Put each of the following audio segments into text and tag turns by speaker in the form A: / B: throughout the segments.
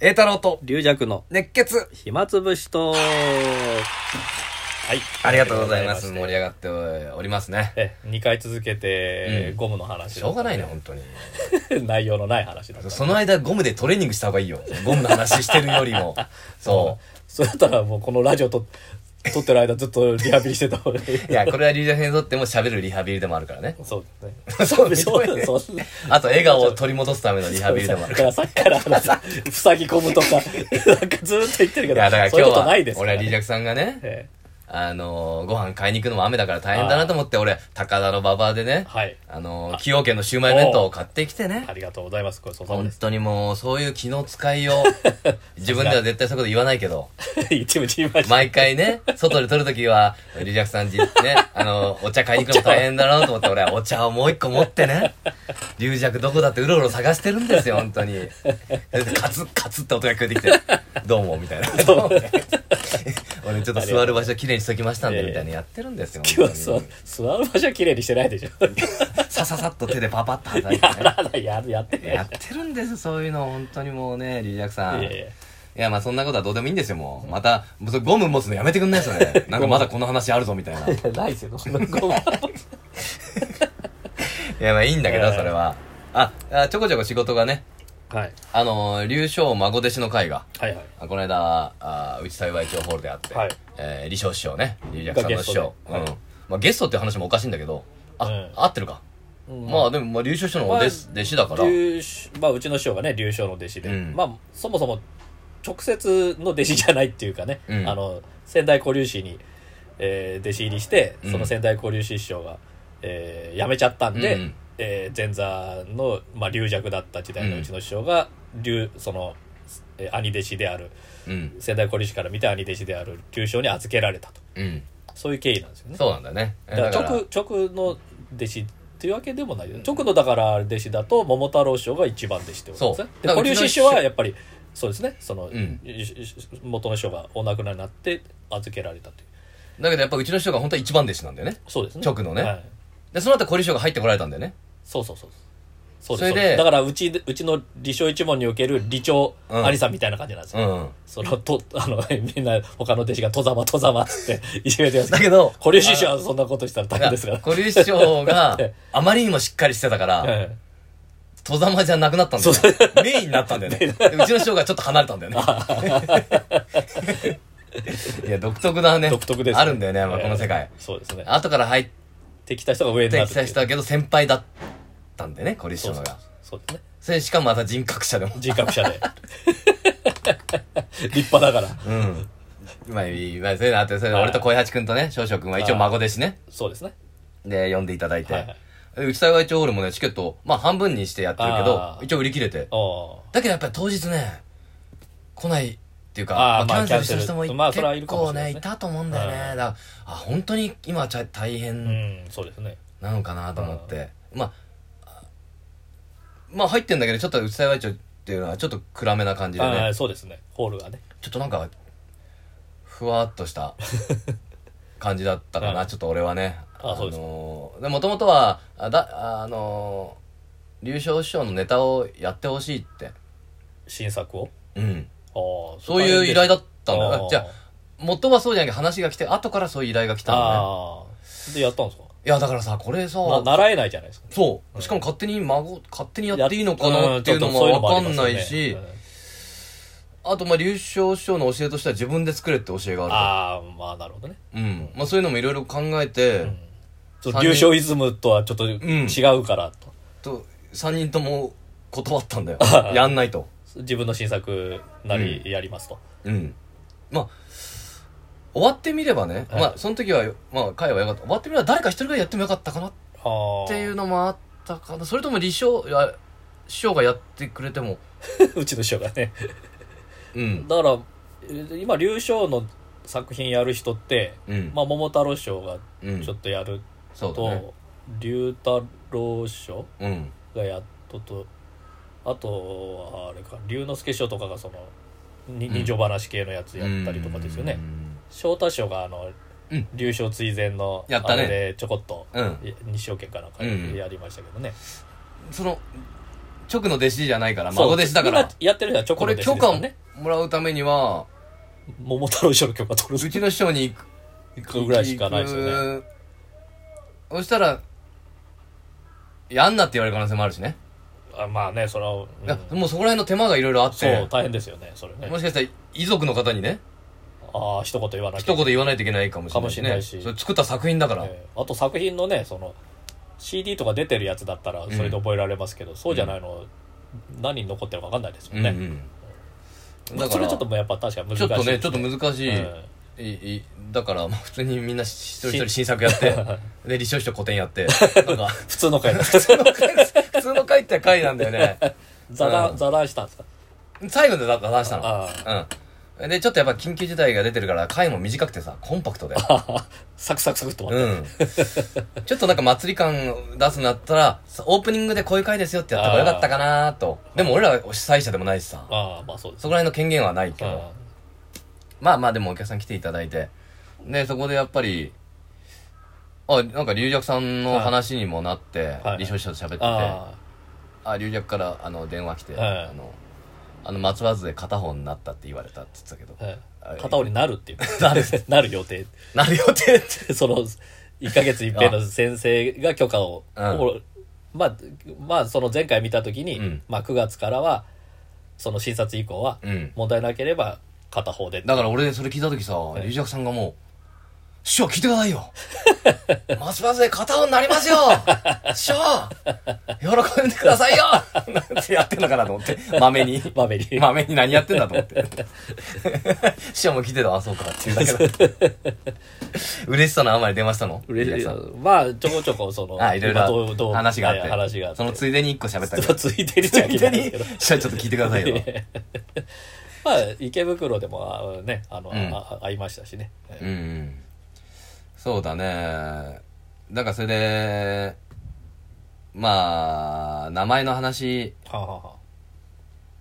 A: 栄太郎と
B: 龍尺の
A: 熱血
B: 暇つぶしと、はい。
A: ありがとうございます。盛り
B: 盛り
A: 上
B: 上が
A: がっておりますね。
B: え、2回続けて、
A: うん
B: ゴムの話。
A: しょうがないな、本当に。
B: い。 内容のない話だった。
A: その間、ゴムでトレーニングした方がいいよ。ゴムの話してるよりも。そ
B: それだったらもうこのラジオと、撮ってる間ずっとリハビリしてた方がいい。
A: う。いや、これはリュウジャ編にとっても喋るリハビリでもあるからね。
B: そうですね。
A: そう
B: そう、そう。
A: あと、笑顔を取り戻すためのリハビリでもあ
B: だ
A: るから
B: かさっきか ら話す、塞ぎ込むとか、なんかずっと言ってるけど、
A: ら。いや、だから
B: そういう
A: 今
B: こ
A: 日は
B: とないで、す
A: 俺はリュウジ
B: ャ
A: ャさんがね、
B: え
A: あのー、ご飯買いに行くのも雨だから大変だなと思って、俺、高田の馬場でね
B: え、はい。
A: あのー、崎陽軒のシウマイ弁当を買ってきてね
B: あ。りがとうございます。ごちそうさま
A: 本
B: です。
A: 当にもう、そういう気の使い を、自分では絶対そういうこと言わないけど、
B: 一部チーム
A: 毎回ね、外で撮るときは、リジャクさんちね、あの、お茶買いに行くの大変だなと思って、俺はお茶をもう一個持ってね、龍尺どこだってうろうろ探してるんですよ、本当に。カツッカツッって音が聞こえてきて、どうも、みたいな。俺ちょっと座る場所きれいにしときましたんで、みたいなやってるんですよ、
B: 今
A: 本
B: 日
A: 当に。
B: そ座る場所は綺麗にしてないでしょ。
A: さささっと手でパパッと叩い
B: や
A: てね。
B: らない、やる、やってない
A: やってるんですそういうの本当にもうねリジャクさん
B: いやいや
A: いやまあそんなことはどうでもいいんですよもうまたもうそれゴム持つのやめてくんないですよねなんかまだこの話あるぞみたいない
B: いやないですよ、こんなごま。
A: やまあいいんだけ
B: え
A: ど
B: え
A: それはああちょこちょこ仕事がね
B: はい。
A: あのー龍翔孫弟子の会が
B: はいはい。
A: あこの間あうち幸町ホールであって、
B: はい
A: えー、李翔師匠ね龍尺さんの師匠、
B: がゲストで
A: う
B: は
A: ん
B: い
A: まあ、ゲストっていう話もおかしいんだけどあ、
B: うん
A: 合ってるか、まあでも、まあ、龍翔師匠のお弟子弟子だから
B: 竜将まあ、うちの師匠がね、竜将の弟子で、
A: うん
B: まあ、そもそも直接の弟子じゃないっていうかね、
A: うん
B: あの、仙台古流師に、えー弟子入りして、
A: うん
B: その仙台古流師師匠が、えー辞めちゃったんで、
A: うん
B: えー前座の、まあ、龍弱だった時代のうちの師匠が、龍、その、えー兄弟子である、
A: うん
B: 仙台古流師から見て兄弟子である龍将に預けられたと。
A: うん
B: そういう経緯なんですよね。
A: そうなんだねえ
B: だから直直の弟子っていうわけでもないよね直のだから弟子だと桃太郎師匠が一番弟子ってことですね
A: そう
B: で
A: だからう
B: 古流
A: ちの
B: 師匠はやっぱりそうですねその、
A: ん
B: いい元の師匠がお亡くなりになって預けられたという
A: だけどやっぱうちの師匠が本当は一番弟子なんだよね
B: そうですね
A: 直のね
B: はい、
A: でその後小李師匠が入ってこられたんだよね
B: そうそうそうそう
A: それ
B: す
A: で
B: そうすだからうちうちの理匠一門における理長
A: うん
B: 兄さんみたいな感じなんですよ、
A: うん
B: そのとあの みんな他の弟子が「とざまとざま」っ つっていじめてます
A: だけど
B: 古流師匠はそんなことしたら大変ですから
A: 小李師匠が
B: ええ
A: あまりにもしっかりしてたから
B: ええ
A: 戸ざまじゃなくなったんだよ
B: そ
A: ねメインになったんだよねでうちの師匠がちょっと離れたんだよねいや独特なね
B: 独特ですね、
A: あるんだよね、まあ、この世界
B: え、えそうですね
A: 後から入っ
B: 敵た人が上にな
A: て
B: る
A: きた人だけど先輩だったんだよね小李師
B: そう
A: 匠
B: そう
A: が
B: そうですね
A: それしかもまた人格者でも
B: 人格者で立派だから
A: うんまあいいまあそういうのあってそれで俺と小八君とね少々君は一応孫弟子ね
B: そうですね
A: で、呼んでいただいて。
B: はいはい
A: でうちさが一応俺もね、チケット、まあ半分にしてやってるけど
B: あ、ー
A: 一応売り切れて。だ
B: おー
A: けどやっぱり当日ね、来ないっていうか、
B: あー
A: まあ
B: まあ
A: キャンセルした人もい
B: キャンセルまあそれは
A: 結
B: いるかも
A: 構
B: しれな
A: ね、
B: い
A: い
B: ですね
A: たと思うんだよね。
B: は
A: だから、あ、本当に今はちゃ大
B: う
A: 変
B: んそうですね
A: なのかなと思って。まあ、まあ入ってんだけど、ちょっとうちさが一応っていうのはちょっと暗めな感じで
B: あ
A: ね
B: ー、そうですねホールがね
A: ちょっとなんか、ふわっとした 感じだったかな、
B: うん
A: ちょっと俺はね。
B: あそうです
A: のーでもともとは、あだ、あのー、流昇師匠のネタをやってほしいって。
B: 新作を
A: うん。
B: あー
A: そういう依頼だったんだ
B: あ
A: よ。
B: ー
A: じゃあ、元はそうじゃなくて話が来て、後からそういう依頼が来たのね。
B: あーでやったんですか
A: いや、だからさ、これさ、
B: な習えないじゃないですか
A: そう。しかも勝手に孫、勝手にやっていいのかなっていうの
B: やちょ
A: も
B: っと
A: わか
B: そううんのも
A: な
B: あり
A: い
B: ますよね
A: し
B: うん、
A: あと、まあ、流昇師匠の教えとしては自分で作れって教えがあるか
B: ああまあなるほどね
A: ら。うん。まあ、そういうのもいろいろ考えて、
B: そう
A: 三人
B: 流暢イズムとはちょっと
A: ん
B: 違うからと。
A: と3人とも断ったんだよやんないと。
B: 自分の新作なりやりますと
A: うん。まあ、終わってみればね、
B: はい
A: まあ、その時は、まあ、会はよかった。終わってみれば誰か一人ぐらいやってもよかったかなっ
B: って
A: いうのもあったかな。それとも、李承、あ師匠がやってくれても、
B: うちの師匠がね。
A: うん。
B: だから、えー今、龍翔の作品やる人って、
A: うん。
B: まあ、桃太郎師匠が
A: うん
B: ちょっとやる
A: そうだね。
B: と、龍太郎師匠
A: うん。
B: がやっとと、あとは、あれか、龍之介師匠とかがその、に
A: うん
B: 二条話系のやつやったりとかですよね。翔太師匠が、あの
A: うん、
B: 龍翔追善の、
A: やったね
B: あれでちょこっと、
A: うん。うん。
B: い西証券かなんか
A: うん
B: やりましたけどね。
A: その、直の弟子じゃないから、
B: そう
A: 孫弟子だから
B: 今、やってる人はチョコ
A: これ
B: の弟子で
A: 許
B: すか
A: 可
B: ら
A: を
B: ね。
A: もらうためには、
B: 桃太郎師匠の許可取る
A: うちの師匠に行く行
B: くぐらいしかないですよね
A: くそしたら、やんなって言われる可能性もあるしね。
B: あまあね、それは、うん
A: いやもうそこら辺の手間がいろいろあっ
B: そう
A: て、、
B: 大変ですよね、それね
A: も。しかしたら遺族の方にね、
B: ああ、一言言わなきゃ。
A: 一言言わないといけないかもしれないし
B: か
A: ね。
B: もしれないし
A: それ作った作品だから。
B: ええあと作品のね、その、CD とか出てるやつだったら、それで覚えられますけど、そうじゃないの、何に残ってるか分かんないですもんね。
A: うんうん。だ
B: まあ
A: か
B: それ
A: ら、
B: ち
A: ちょ
B: ょっともうやっぱ確かに難しい
A: っ
B: です、
A: とね、ちょっと難しい。
B: うん
A: いいだから、まあ、普通にみんな一人一人新作やって、で、立証して古典や って、なんか、
B: 普通の回 だ。
A: 普通の回って回なんだよね。
B: 座談、
A: うん
B: 座談したんですか
A: 最後でだ出した
B: あ
A: の。うん。で、ちょっとやっぱ緊急事態が出てるから、回も短くてさ、コンパクトで。
B: サクサクサクっと終わっ
A: うん。ちょっとなんか祭り感出すんだったら、さオープニングでこういう回ですよってやった方がよかったかなと。でも俺らは主催者でもないしさ、
B: た。ああ、まあそうです。
A: そこら辺の権限はないけ
B: うん
A: ど、まあまあでもお客さん来ていただいて、で、そこでやっぱり、あ、なんか龍尺さんの話にもなって、
B: はい
A: 李承師匠と喋ってて、
B: あ
A: あ、龍尺からあの電話来て、
B: はい
A: あの、あの松葉杖片方になったって言われたって言ってたけど
B: あ、、はい
A: あれ
B: 片方になるっていう。
A: なる
B: なる予定。
A: なる予定 って。
B: その、1ヶ月一遍の先生が許可を、
A: うん
B: をまあ、まあ、その前回見たときに、
A: うん
B: まあ9月からは、その診察以降は、
A: うん。
B: 問題なければ片方で。
A: だから俺それ聞いた時さ、龍尺さんがもう、師匠聞いてくださいよ ますますで片方になりますよ師匠喜んでくださいよ なんてやってんのかなと思って、まめに。
B: まめに。
A: まめに何やってんだと思って。 師匠も聞いてた、あ、そうかっていうだけだ。嬉しさのあまり電話したの
B: 嬉し
A: 龍
B: い
A: 尺さん。
B: まあ、ちょこちょこ、その、
A: あ、いろい
B: 今どうど
A: ろ
B: う
A: 話があっ
B: は
A: て。
B: い話があって。
A: そのついでに一個喋ったけ
B: そ
A: ど
B: の。ついでにじゃいけないですけど。
A: 師匠ちょっと聞いてくださ いよ。
B: まあ、池袋でもあね、あの、
A: ん
B: あ会いましたしね。え
A: うんうんそうだねだからそれでまあ名前の話
B: はあはあはあ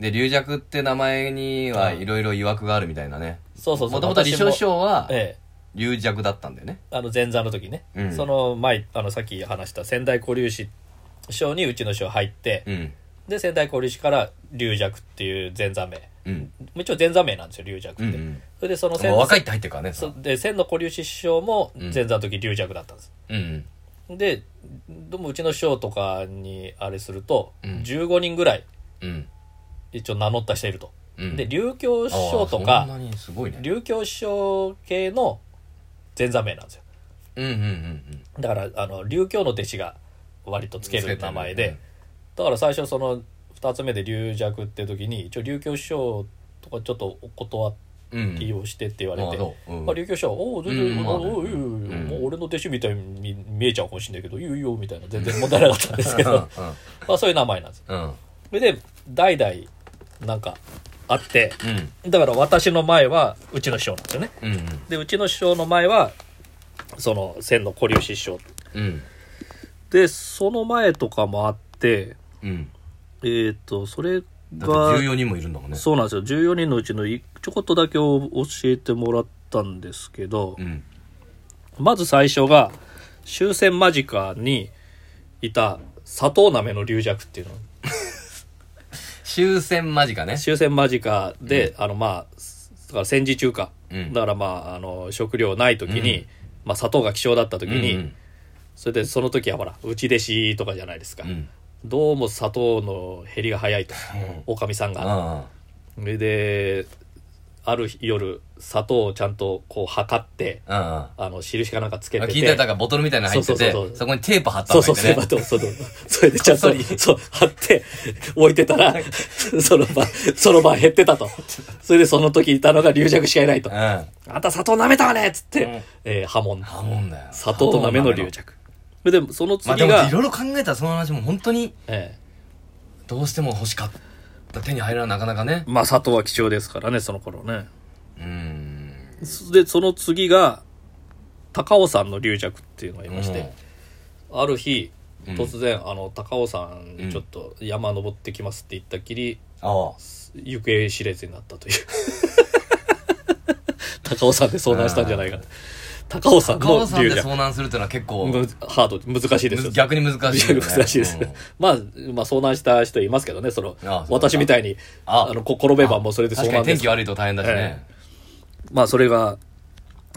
A: で龍尺って名前にはいろいろ疑惑があるみたいなね
B: そうそうそう。
A: もともと李承師
B: 私も
A: 匠は
B: ええ。
A: 龍尺だったんだよね
B: あの前座の時ね、
A: うん
B: その前あのさっき話した仙台古流師匠にうちの師匠入って、
A: うん
B: で仙台古流師から龍尺っていう前座名
A: うん
B: 一応前座名なんですよ龍尺って、
A: うんうん
B: それでその
A: もう若い
B: い
A: って入ってるからね
B: そで仙の古流師師匠も前座の時龍尺だったんです、
A: うんうん
B: でどうもうちの師匠とかにあれすると、
A: うん
B: 15人ぐらい
A: うん
B: 一応名乗った人いると、
A: うん
B: で龍教師匠
A: あ
B: と
A: あそ
B: か
A: んなにすごいね
B: 龍教師匠系の前座名なんですよ
A: うんうんうん
B: だからあの琉教の弟子が割とつけ
A: つけて
B: る
A: る
B: 名前で、だから最初その2つ目で龍尺って時に一応琉教師匠とかちょっとお断
A: うんうん
B: りをしてって言われ
A: あ
B: て、
A: そううん
B: まあ、琉教師匠は「おお全然、
A: うん
B: お
A: まあね
B: おいいよいい
A: う
B: よ
A: ん
B: もう俺の弟子みたいに見えちゃうかもしれないけどいいよいいよ」みたいな全然問題なかったんですけ
A: うん
B: ど まあそういう名前なんで す
A: うん
B: それで代々なんかあって
A: うん
B: だから私の前はうちの師匠なんですよね
A: うん
B: でうちの師匠の前はその千の古流師匠
A: うんうん
B: でその前とかもあって
A: うん
B: えっ、とそ
A: だ
B: れ
A: って
B: が
A: 14人もいるんだもんね
B: そうなんですよ14人のうちのいちょこっとだけを教えてもらったんですけど、
A: うん
B: まず最初が終戦間近にいた砂糖なめの龍尺っていうの
A: 終戦間近ね。
B: 終戦間近で、あのまあだから戦時中か、
A: うん
B: だからまああの食料ない時に、
A: うん
B: まあ、砂糖が希少だった時に、
A: うん
B: それでその時はほらうち弟子とかじゃないですか、
A: うんうん。
B: どうも砂糖の減りが早いと
A: うん
B: おかみさんが。
A: あ
B: それである日夜砂糖をちゃんとこう測って
A: あ。あ
B: あの印かなんかつけ
A: あ。
B: てて
A: 聞いてたからボトルみたいなの入ってて
B: そうそうそうそ、う
A: そこにテープ貼った
B: そ
A: の
B: うそうそ
A: ね。
B: うそうそうそうそれでちゃん
A: こっ
B: と
A: そ
B: そう貼って置いてたらその場その場減ってたとそれでその時いたのが龍尺しかいないと
A: うん。
B: 「
A: ハ
B: あんた砂糖舐めたわね!」っつって、
A: うん
B: えー波紋
A: モンだよ。
B: 砂糖と舐めの龍。尺それでその
A: まあ
B: 次
A: で
B: が、
A: もいろいろ考えたらその話も本当に
B: え
A: どうしても欲しかった。手に入らないなかなかね
B: え。まあ砂糖は貴重ですからねその頃ね
A: うん。
B: でその次が高尾山の龍尺っていうのがいまして、ある日
A: うん
B: 突然、あの高尾山にちょっと山登ってきますって言ったっきり、
A: ああ。
B: 行 方知れずになったという高尾山で遭難したんじゃないか高尾山
A: 高尾
B: の
A: 山
B: 龍
A: で
B: じゃ
A: 遭難するっていうのは結構、
B: ハード難しいですよ
A: 逆に難しいよね、
B: 難しいです、
A: うん
B: まあまあ遭難した人いますけどねその
A: あそう
B: 私みたいに
A: あ
B: あのこ転べばもうそれで遭
A: 確か
B: 難
A: に
B: で
A: 天
B: す
A: 気悪いと大変だしね。
B: まあそれが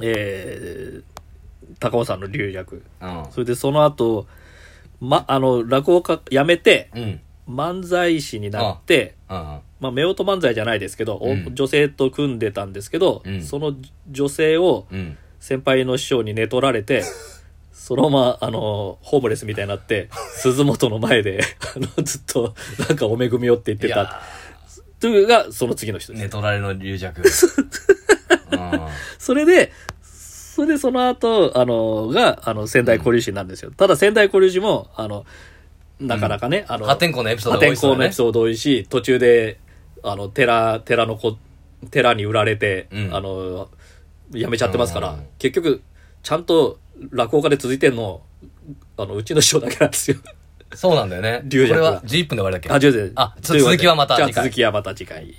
B: えー、高尾山の龍尺
A: うん。
B: それでその後まあの落語家辞めて
A: うん。うん
B: 漫才師になって
A: うん。
B: まあ、夫婦漫才じゃないですけど、お
A: うん
B: 女性と組んでたんですけど、
A: うん
B: その女性を
A: うん。
B: 先輩の師匠に寝取られて、そのまま、あの、ホームレスみたいになって、鈴本の前で、 あの、ずっと、なんかお恵みをって言って
A: い
B: た。
A: や
B: というのが、その次の人
A: ー、
B: です。
A: 寝取られの龍 弱。う
B: それで、それでその後、あの、が、あの、仙台古流市なんですよ。ただ仙台古流市も、あの、なかなかね、あ
A: ん。
B: の、
A: 破天荒のエピソー
B: 破
A: ドが多い
B: 天
A: ですよ
B: 荒の
A: ね。
B: エピソード多いし、途中で、あの、寺、寺の子、寺に売られて、
A: うん
B: あの、辞めちゃってますから、
A: うん
B: 結局、ちゃんと落語家で続いてんの、あの、うちの師匠だけなん ですよ。
A: そうなんだよね。
B: 龍
A: こ
B: 尺
A: れ
B: は
A: は11分で終わりだっけ
B: あ、じゃあ、
A: あちょ
B: というこ
A: 続
B: とで
A: きはまた
B: じゃあ
A: 次回
B: 続きはまた次回。